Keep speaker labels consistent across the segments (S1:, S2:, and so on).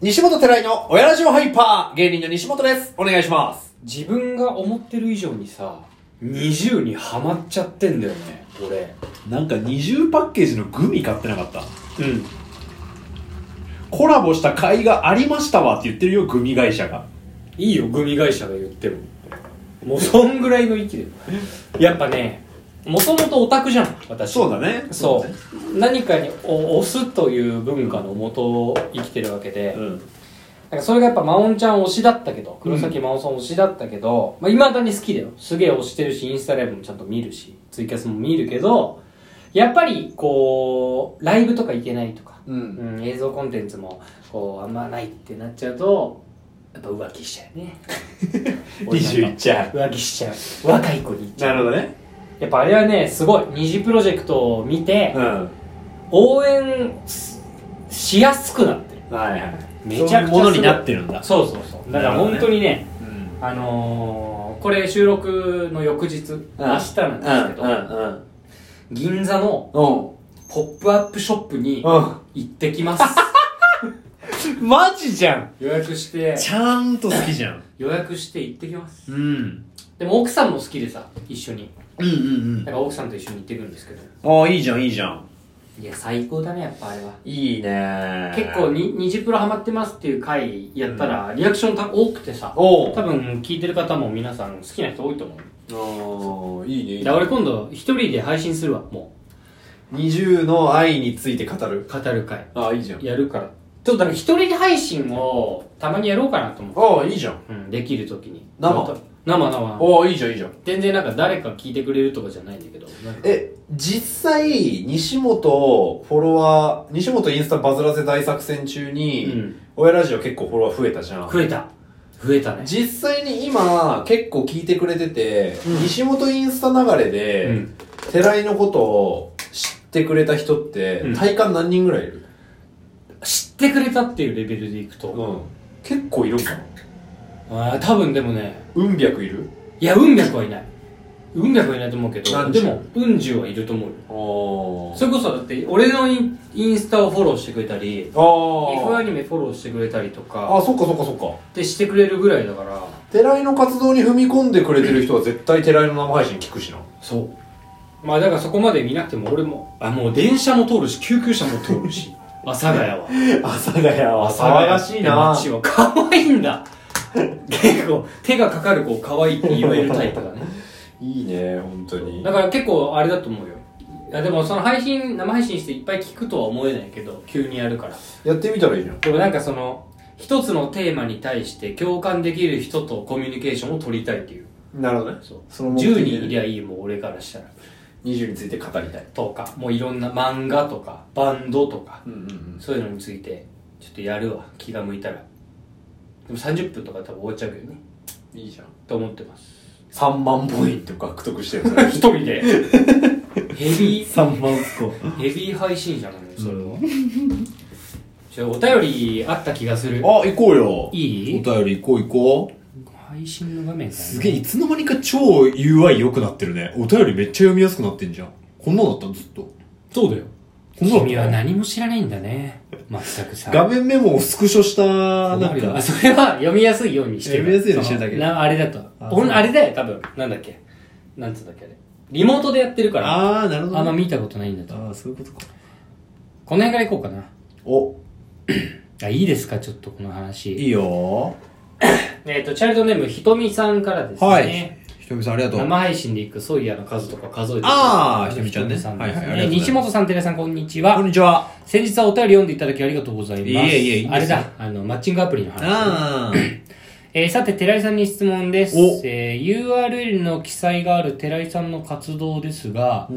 S1: 西本寺井の親ラジオハイパー芸人の西本ですお願いします
S2: 自分が思ってる以上にさ20にハマっちゃってんだよね俺
S1: なんか二重パッケージのグミ買ってなかった
S2: うん
S1: コラボした甲斐がありましたわって言ってるよグミ会社が
S2: いいよグミ会社が言ってももうそんぐらいの域でやっぱねもともとオタクじゃん私
S1: そうだね
S2: そうう何かにお押すという文化のもとを生きてるわけで、
S1: ん
S2: なんかそれがやっぱ真音ちゃん推しだったけど黒崎真央さん推しだったけどいまあ、未だに好きだよすげえ推してるしインスタライブもちゃんと見るしツイキャスも見るけどやっぱりこうライブとか行けないとか、
S1: うん
S2: うん、映像コンテンツもこうあんまないってなっちゃうとやっぱ浮気しちゃう ね俺なんか
S1: 21ちゃ
S2: 浮気しちゃう若い子に言っ
S1: う
S2: ちゃ
S1: なる
S2: う
S1: ほどね
S2: やっぱあれはねすごい二次プロジェクトを見て、
S1: うんは
S2: 応援ししやすくなってる
S1: いはい
S2: めちゃくちゃす
S1: そう
S2: ごい
S1: いうものになってるんだ
S2: そうそうそうだから本当にね
S1: うん
S2: あのー、これ収録の翌日、明日なんですけど、
S1: うん
S2: 銀座の
S1: うん
S2: ポップアップショップに行
S1: うん
S2: って きます。
S1: うんマジじゃん
S2: 予約して、
S1: ちゃんと好きじゃん
S2: 予約して行ってきます。
S1: うん
S2: でも奥さんも好きでさ、一緒に。
S1: うんうんう
S2: だから奥さんと一緒に行ってくるんですけど。
S1: ああいいじゃんいいじゃん
S2: いや、最高だね、やっぱあれは。
S1: いいね
S2: 結構に、ニジプロハマってますっていう回やったら、リアクションた多くてさ、
S1: お
S2: 多分聞いてる方も皆さん好きな人多いと思う。
S1: おいいねいい
S2: だ
S1: ね
S2: から俺今度一人で配信するわ、も
S1: 20の愛について語る
S2: う。語る回。
S1: ああいいじゃん
S2: やるからちょっとだから一人配信をたまにやろうかなと思う、
S1: ああいいじゃん
S2: うん、できる時に
S1: 生
S2: また生生
S1: ああいいじゃんいいじゃん
S2: 全然なんか誰か聞いてくれるとかじゃないんだけどなんか
S1: え実際西本フォロワー西本インスタバズらせ大作戦中に、
S2: うん
S1: 親ラジオ結構フォロワー増えたじゃん
S2: 増えた増えたね
S1: 実際に今結構聞いてくれてて、
S2: うん
S1: 西本インスタ流れで、
S2: うん
S1: 寺井のことを知ってくれた人って、
S2: うん
S1: 体感何人ぐらいいる
S2: 知ってくれたっていうレベルでいくと、
S1: うん結構いるんかな
S2: あー多分でもね
S1: うん百いる
S2: いや運脈はいない運脈はいないと思うけど
S1: 何
S2: で
S1: 十
S2: も運十はいると思うよ
S1: お
S2: それこそだって俺のインインスタをフォローしてくれた
S1: あ
S2: り F ア
S1: ー
S2: ニメフォローしてくれたりとか
S1: あそっかそっかそっか
S2: ってしてくれるぐらいだから
S1: 寺井の活動に踏み込んでくれてる人は絶対寺井の生配信聞くしな
S2: そうまあだからそこまで見なくても俺もあもう電車も通るし救急車も通るし 阿佐ヶ谷は
S1: 阿佐ヶ谷は
S2: 街は可愛いんだ結構手がかかる子を可愛いって言えるタイプだね
S1: いいね本当に
S2: だから結構あれだと思うよいやでもその配信生配信していっぱい聞くとは思えないけど急にやるから
S1: やってみたらいいじゃん
S2: でもなんかその一つのテーマに対して共感できる人とコミュニケーションを取りたいっていう
S1: なるほどね
S2: そう
S1: その目的
S2: 10
S1: で
S2: 人いりゃいいもう俺からしたら
S1: 20について語りたい
S2: とかもういろんな漫画とかバンドとか
S1: うんうんうん
S2: そういうのについてちょっとやるわ気が向いたらでも30分とか多分終わっちゃうけどね
S1: いいじゃん
S2: と思ってます
S1: 3万ポイント獲得してる そ
S2: 一人でヘビー
S1: 3万個
S2: ヘビー配信者なのよそれは、ちょっとお便りあった気がする
S1: あ行こうよ
S2: いい
S1: お便り行こう行こう
S2: 配信の画面
S1: すげえいつの間にか超 UI 良くなってるねお便りめっちゃ読みやすくなってんじゃんこんなのだったのずっと
S2: そうだよ
S1: こんなの
S2: 君は何も知らないんだね全くさ
S1: 画面メモをスクショしたな
S2: なんんか
S1: か
S2: あそれは読みやすいようにして
S1: 読み
S2: る
S1: やすいようにしてるだけ
S2: そのなあれだと
S1: あ
S2: ほ
S1: そ
S2: ん
S1: う
S2: あれだよ多分なんだっけなんつうんだっけあれリモートでやってるから
S1: ああなるほ
S2: あんま
S1: どね
S2: 見たことないんだと
S1: ああそういうことか
S2: この辺からいこうかな
S1: お
S2: あいいですかちょっとこの話
S1: いいよ
S2: えっ、とチャイルドネームひとみさんからですね、
S1: はいひとみさんありがとう
S2: 生配信でいくソイヤの数とか数えて
S1: あーひとみちゃんね
S2: さんです
S1: はいはいあり
S2: ね
S1: がとうございます
S2: 西本さん寺さんこんにち
S1: こん
S2: は
S1: にちは
S2: 先日はお便り読んでいただきありがとうございます
S1: いえいえいいんですよ
S2: あれだあのマッチングアプリの話
S1: あ
S2: えーさて、寺井さんに質問です
S1: お。
S2: えー URL の記載がある寺井さんの活動ですが、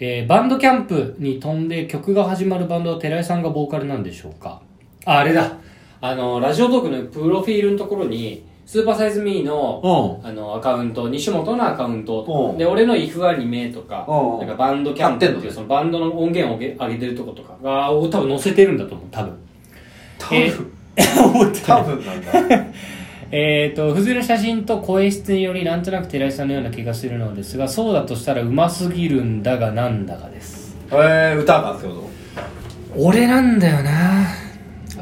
S2: えーバンドキャンプに飛んで曲が始まるバンドは寺井さんがボーカルなんでしょうかあ、あれだ。あの、ラジオトークのプロフィールのところに、スーパーサイズミーの、
S1: お
S2: あの、アカウント、西本のアカウン
S1: お
S2: ト
S1: う、
S2: で、俺のイフアニメとか
S1: おう、
S2: なんかバンドキャンプって
S1: やってん
S2: い
S1: の
S2: う、そのバンドの音源を上げ上げてるとことかが、多分載せてるんだと思う、多分。
S1: 多
S2: え
S1: 分多分 なんだ
S2: えー、と、付随の写真と声質によりなんとなく寺井さんのような気がするのですが、そうだとしたらうますぎるんだがなんだかです。
S1: えー、歌がってこと
S2: 俺なんだよな。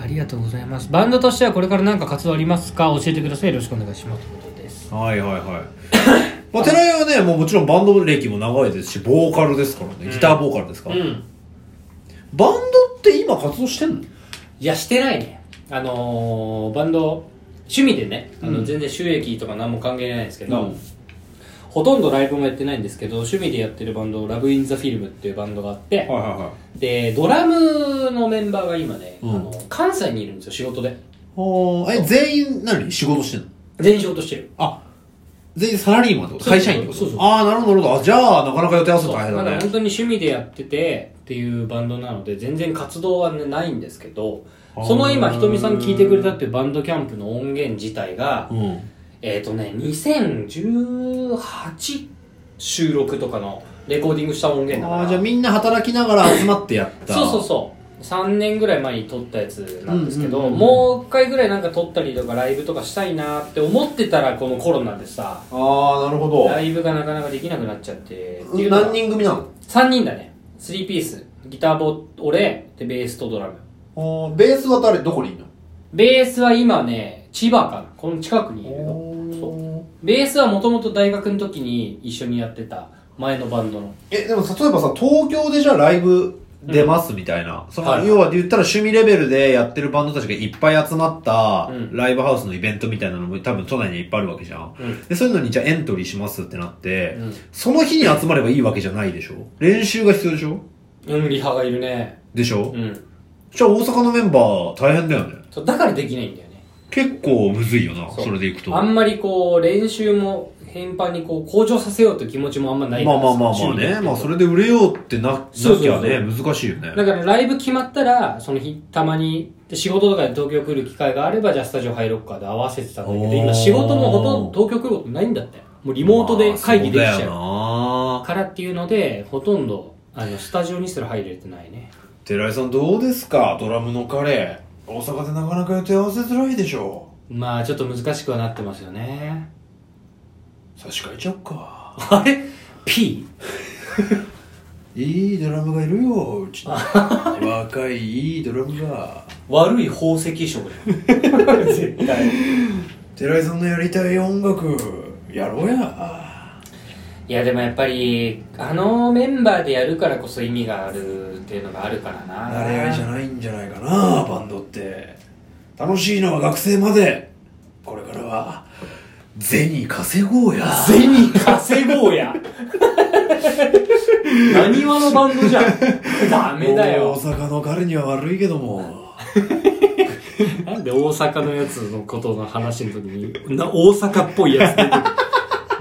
S2: ありがとうございますバンドとしてはこれから何か活動ありますか教えてくださいよろしくお願いしますということです
S1: はいはいはい まあ、寺井はね、もうもちろんバンド歴も長いですし、ボーカルですからね。ギターボーカルですから。
S2: ん
S1: バンドって今活動してんの
S2: いやしてないねあのーバンド趣味でねあの、全然収益とか何も関係ないんですけど、
S1: うん
S2: ほとんどライブもやってないんですけど趣味でやってるバンドラブ・イン・ザ・フィルムっていうバンドがあって、
S1: はいはいはい。
S2: でドラムのメンバーが今ね、
S1: うん
S2: あの関西にいるんですよ仕事で
S1: おーえ、全員何仕事してんの
S2: 全員仕事してる
S1: あ、全員サラリーマンってこと
S2: そう
S1: 会
S2: そう
S1: 社員ってこと
S2: そうそう
S1: ああ、なるほどなるほど。あ、じゃあ、なかなか予定合わせ
S2: そう
S1: 大変
S2: だ
S1: だ
S2: から
S1: ね。
S2: 本当に趣味でやっててっていうバンドなので全然活動は、ね、ないんですけど
S1: あー
S2: その今ひとみさん聞いてくれたっていうバンドキャンプの音源自体が、
S1: うん。
S2: えっ、とね2018収録とかのレコーディングした音源だから
S1: ああ、じゃあみんな働きながら集まってやった。
S2: そうそうそう3年ぐらい前に撮ったやつなんですけど、
S1: うんうんうんうん
S2: もう一回ぐらいなんか撮ったりとかライブとかしたいなって思ってたらこのコロナでさ
S3: ああ、なるほど。
S2: ライブがなかなかできなくなっちゃってっていうのが
S1: 何人組なの
S2: 3人だね3ピースギターボ俺でベースとドラム
S3: あーベースは誰どこにいるの
S2: ベースは今ね千葉かなこの近くにいるのそうベースはもともと大学の時に一緒にやってた前のバンドの
S1: え、でも例えばさ、東京でじゃあライブ出ますみたいな。その、
S2: はい
S1: 要は言ったら趣味レベルでやってるバンドたちがいっぱい集まった
S2: うん
S1: ライブハウスのイベントみたいなのも多分都内にはいっぱいあるわけじゃん。
S2: うん
S1: で、そういうのにじゃあエントリーしますってなって、
S2: うん
S1: その日に集まればいいわけじゃないでしょ練習が必要でしょ
S2: うんリハがいるね
S1: でしょ、
S2: うん
S1: じゃあ大阪のメンバー大変だよね。
S2: そうだからできないんだよね
S1: 結構むずいよな、
S2: そ
S1: そうれでいくと。
S2: あんまりこう練習も頻繁にこう向上させようという気持ちもあんまない
S1: まあまあまあまあ
S2: 趣味でや
S1: ね。
S2: ってる
S1: まあそれで売れようってな、なき
S2: そうそうそう
S1: ゃね、難しいよね。
S2: だからライブ決まったらその日たまにで仕事とかで東京来る機会があればじゃあスタジオ入ろっかで合わせてたんだけど
S1: おー
S2: 今仕事もほとんど東京来ることないんだってもうリモートで会議でき
S1: ま
S2: ち
S1: あそうだよ
S2: ゃう
S1: な
S2: からっていうのでほとんどあのスタジオにすら入れてないね
S1: 寺井さんどうですかドラムの彼。大阪でなかなか予定合わせづらいでしょ
S2: まあちょっと難しくはなってますよね
S1: 差し替えちゃおっか。
S2: あれ ?P?
S1: いいドラムがいるよ、うち に。若いいいドラムが。
S2: 悪い宝石商じゃん 絶対
S1: 寺井さんのやりたい音楽、やろうや。
S2: いやでもやっぱりあのメンバーでやるからこそ意味があるっていうのがあるからな
S1: 慣れ合いじゃないんじゃないかなバンドって楽しいのは学生までこれからは銭稼ごうや
S2: 銭稼ごうや何話のバンドじゃんダメだ
S1: もう
S2: よ
S1: 大阪の彼には悪いけども
S2: なんで大阪のやつのことの話の時にな大阪っぽいやつ出てく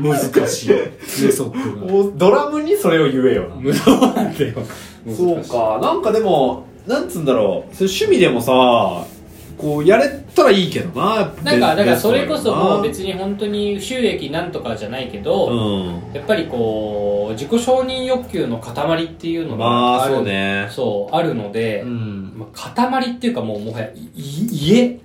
S2: る難しいメソッドが
S3: おドラムにそれを言えよな
S2: 無駄なんだよ
S3: そうかなんかでもなんつうんだろうそういう趣味でもさ
S1: こうやれたらいいけどな
S2: なんかだからそれこそもう
S1: に
S2: 別に本当に収益なんとかじゃないけど、
S1: うん
S2: やっぱりこう自己承認欲求の塊っていうの
S1: ま
S2: が
S1: あ
S2: ある,、
S1: そうね
S2: そうあるので、
S1: うん
S2: まあ、塊っていうかもうもはやいい家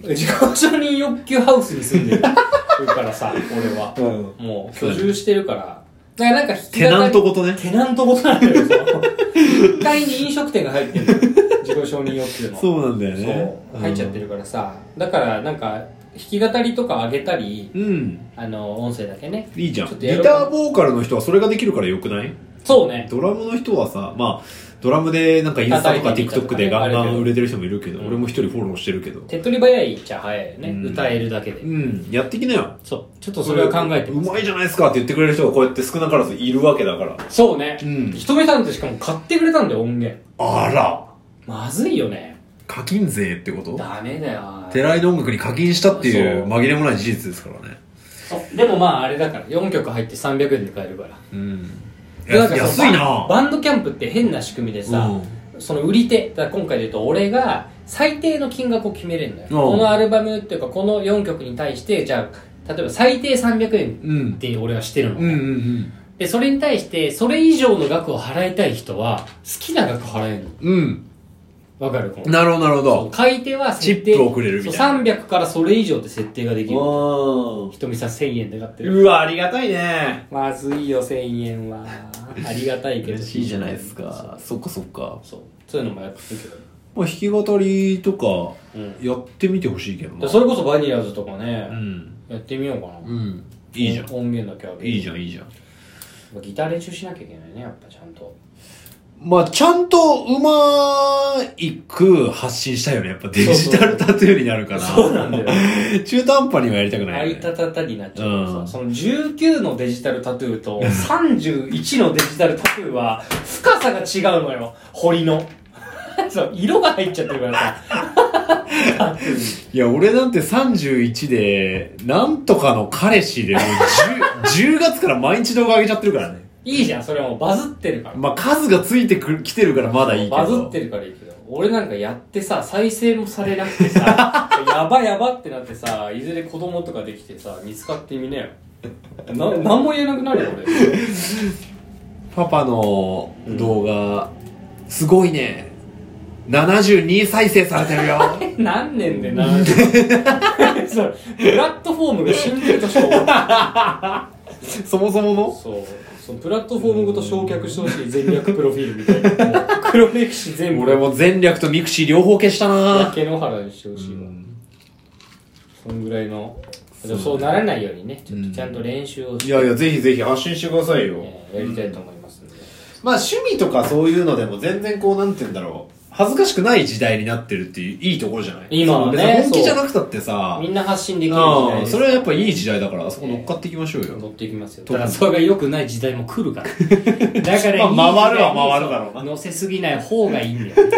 S2: 自己承認欲求ハウスに住んでるからさ俺は
S3: うん
S2: もう居住してるからだからなんか引き
S1: テナントごとね
S2: テナントごとなんだよ1階に飲食店が入ってるの自己承認欲求の
S1: そうなんだよね
S2: そう入っちゃって
S1: る
S2: るからさ、だからなんか弾き語りとか上げたり
S1: うん
S2: あの音声だけね
S1: いいじゃ
S2: ちょ
S1: ん
S2: っと
S1: ギ
S2: やろう
S1: ターボーカルの人はそれができるからよくない
S2: そうね
S1: ドラムの人はさ、まあ、ドラムでなんかインスタとか
S2: 叩いてみたとか
S1: TikTok
S2: ね
S1: でガンガン売れてる人もいるけど、
S2: うん
S1: 俺も一人フォローしてるけど。
S2: 手っ取り早いっちゃ早いよね、
S1: うん
S2: 歌えるだけで、
S1: うん、やってきなよ。
S2: そうちょっとそれは考えて
S1: う
S2: ます
S1: まいじゃないですかって言ってくれる人がこうやって少なからずいるわけだから。
S2: そうね、
S1: うん
S2: ひとめさんってしかも買ってくれたんだよ音源
S1: あら
S2: まずいよね
S1: 課金税ってこと
S2: ダメだよ
S1: 寺井の音楽に課金したっていう
S2: そ
S1: 紛れもない事実ですからね。
S2: そうでもまああれだから4曲入って300円で買えるから
S1: うん。
S2: でなん
S1: や
S2: かその
S1: 安い
S2: バ
S1: な
S2: バンドキャンプって変な仕組みでさ、その売り手だから今回で言うと俺が最低の金額を決めれるんだよ、
S1: うん
S2: このアルバムっていうかこの4曲に対してじゃあ例えば最低300円
S1: うん
S2: って俺はしてるの、
S1: うんうんうん。
S2: でそれに対してそれ以上の額を払いたい人は好きな額払えるの
S1: うん。
S2: わかるこの
S1: なるほど、なるほ
S2: そう
S1: ど。
S2: 買い手は設
S1: チ
S2: 定
S1: ップをくれるみたいな
S2: そう300からそれ以上って設定ができる
S3: う
S2: ひとみさん1000円で買って
S3: ん
S2: る
S3: うわありがたいね
S2: まずいよ1000円はありがたいけど
S3: 嬉しいじゃないですかそっかそっか
S2: そうそういうのもやってるけど
S1: まあ、弾き語りとか
S2: うん
S1: やってみてほしいけどな
S2: でそれこそバニラズとかね、
S1: うん
S2: やってみようかな、
S1: うんいいじゃん
S2: 音源だけあげる
S1: いいじゃんいいじゃん
S2: ギター練習しなきゃいけないねやっぱちゃんと
S1: まあちゃんとうまいく発信したいよねやっぱデジタルタトゥーになるから
S2: そうなんだよ
S1: 中途半端にはやりたくない
S2: あ
S1: よね
S2: りたたたになっちゃうからさ、
S1: うん
S2: その19のデジタルタトゥーと31のデジタルタトゥーは深さが違うのよ彫りの そう色が入っちゃってるからさ
S1: いや、俺なんて31で、なんとかの彼氏で、もう 10, 10月から毎日動画上げちゃってるからね。
S2: いいじゃんそれはもうバズってるから
S1: まあ、数がついてくる、来てるからまだいいけど。
S2: バズってるからいいけど俺なんかやってさ再生もされなくてさ やばやばってなってさいずれ子供とかできてさ見つかってみなよな何も言えなくなるよ 俺
S1: パパの動画、すごいね。72再生されてるよ。
S2: 何年で何年 そうプラットフォームが死んでるとしか思わな い
S1: そもそもの
S2: そうそのプラットフォームごと焼却してほしい全略プロフィールみたいなもう黒歴史全部
S1: 俺も全略とミクシー両方消したな
S2: 焼け野原にしてほしいわ、そんぐらいのでもそうならないようにねちょっとちゃんと練習をし
S1: い
S2: て、
S1: やいや、ぜひぜひ発信してくださいよ。
S2: ねやりたいと思いますんで、
S1: まあ趣味とかそういうのでも全然こうなんて言うんだろう恥ずかしくない時代になってるっていういいところじゃない
S2: 今は
S1: そ
S2: ね
S1: の別に本
S2: そう
S1: 気じゃなくたってさ
S2: みんな発信できる時代
S1: う
S2: で
S1: ん
S2: す
S1: それはやっぱいい時代だからあそこ乗っかっていきましょうよ、
S2: 乗っていきますよ
S1: と
S2: ただそれが良くない時代も 来るからだからいい時代に
S1: まあ回るは回るだろうな
S2: 乗せすぎない方がいいんだよ、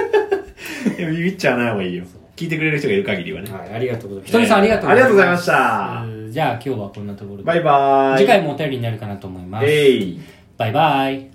S1: いやビビっちゃわない方がいいよ聞いてくれる人がいる限りはね
S2: はい、ありがとうございますひとりさんありがとうご
S1: あり
S2: ざいます、
S1: がとうございまし
S2: えーじゃあ今日はこんなところで
S1: バイバーイ
S2: 次回もお便りになるかなと思います、
S1: えい
S2: バイバイ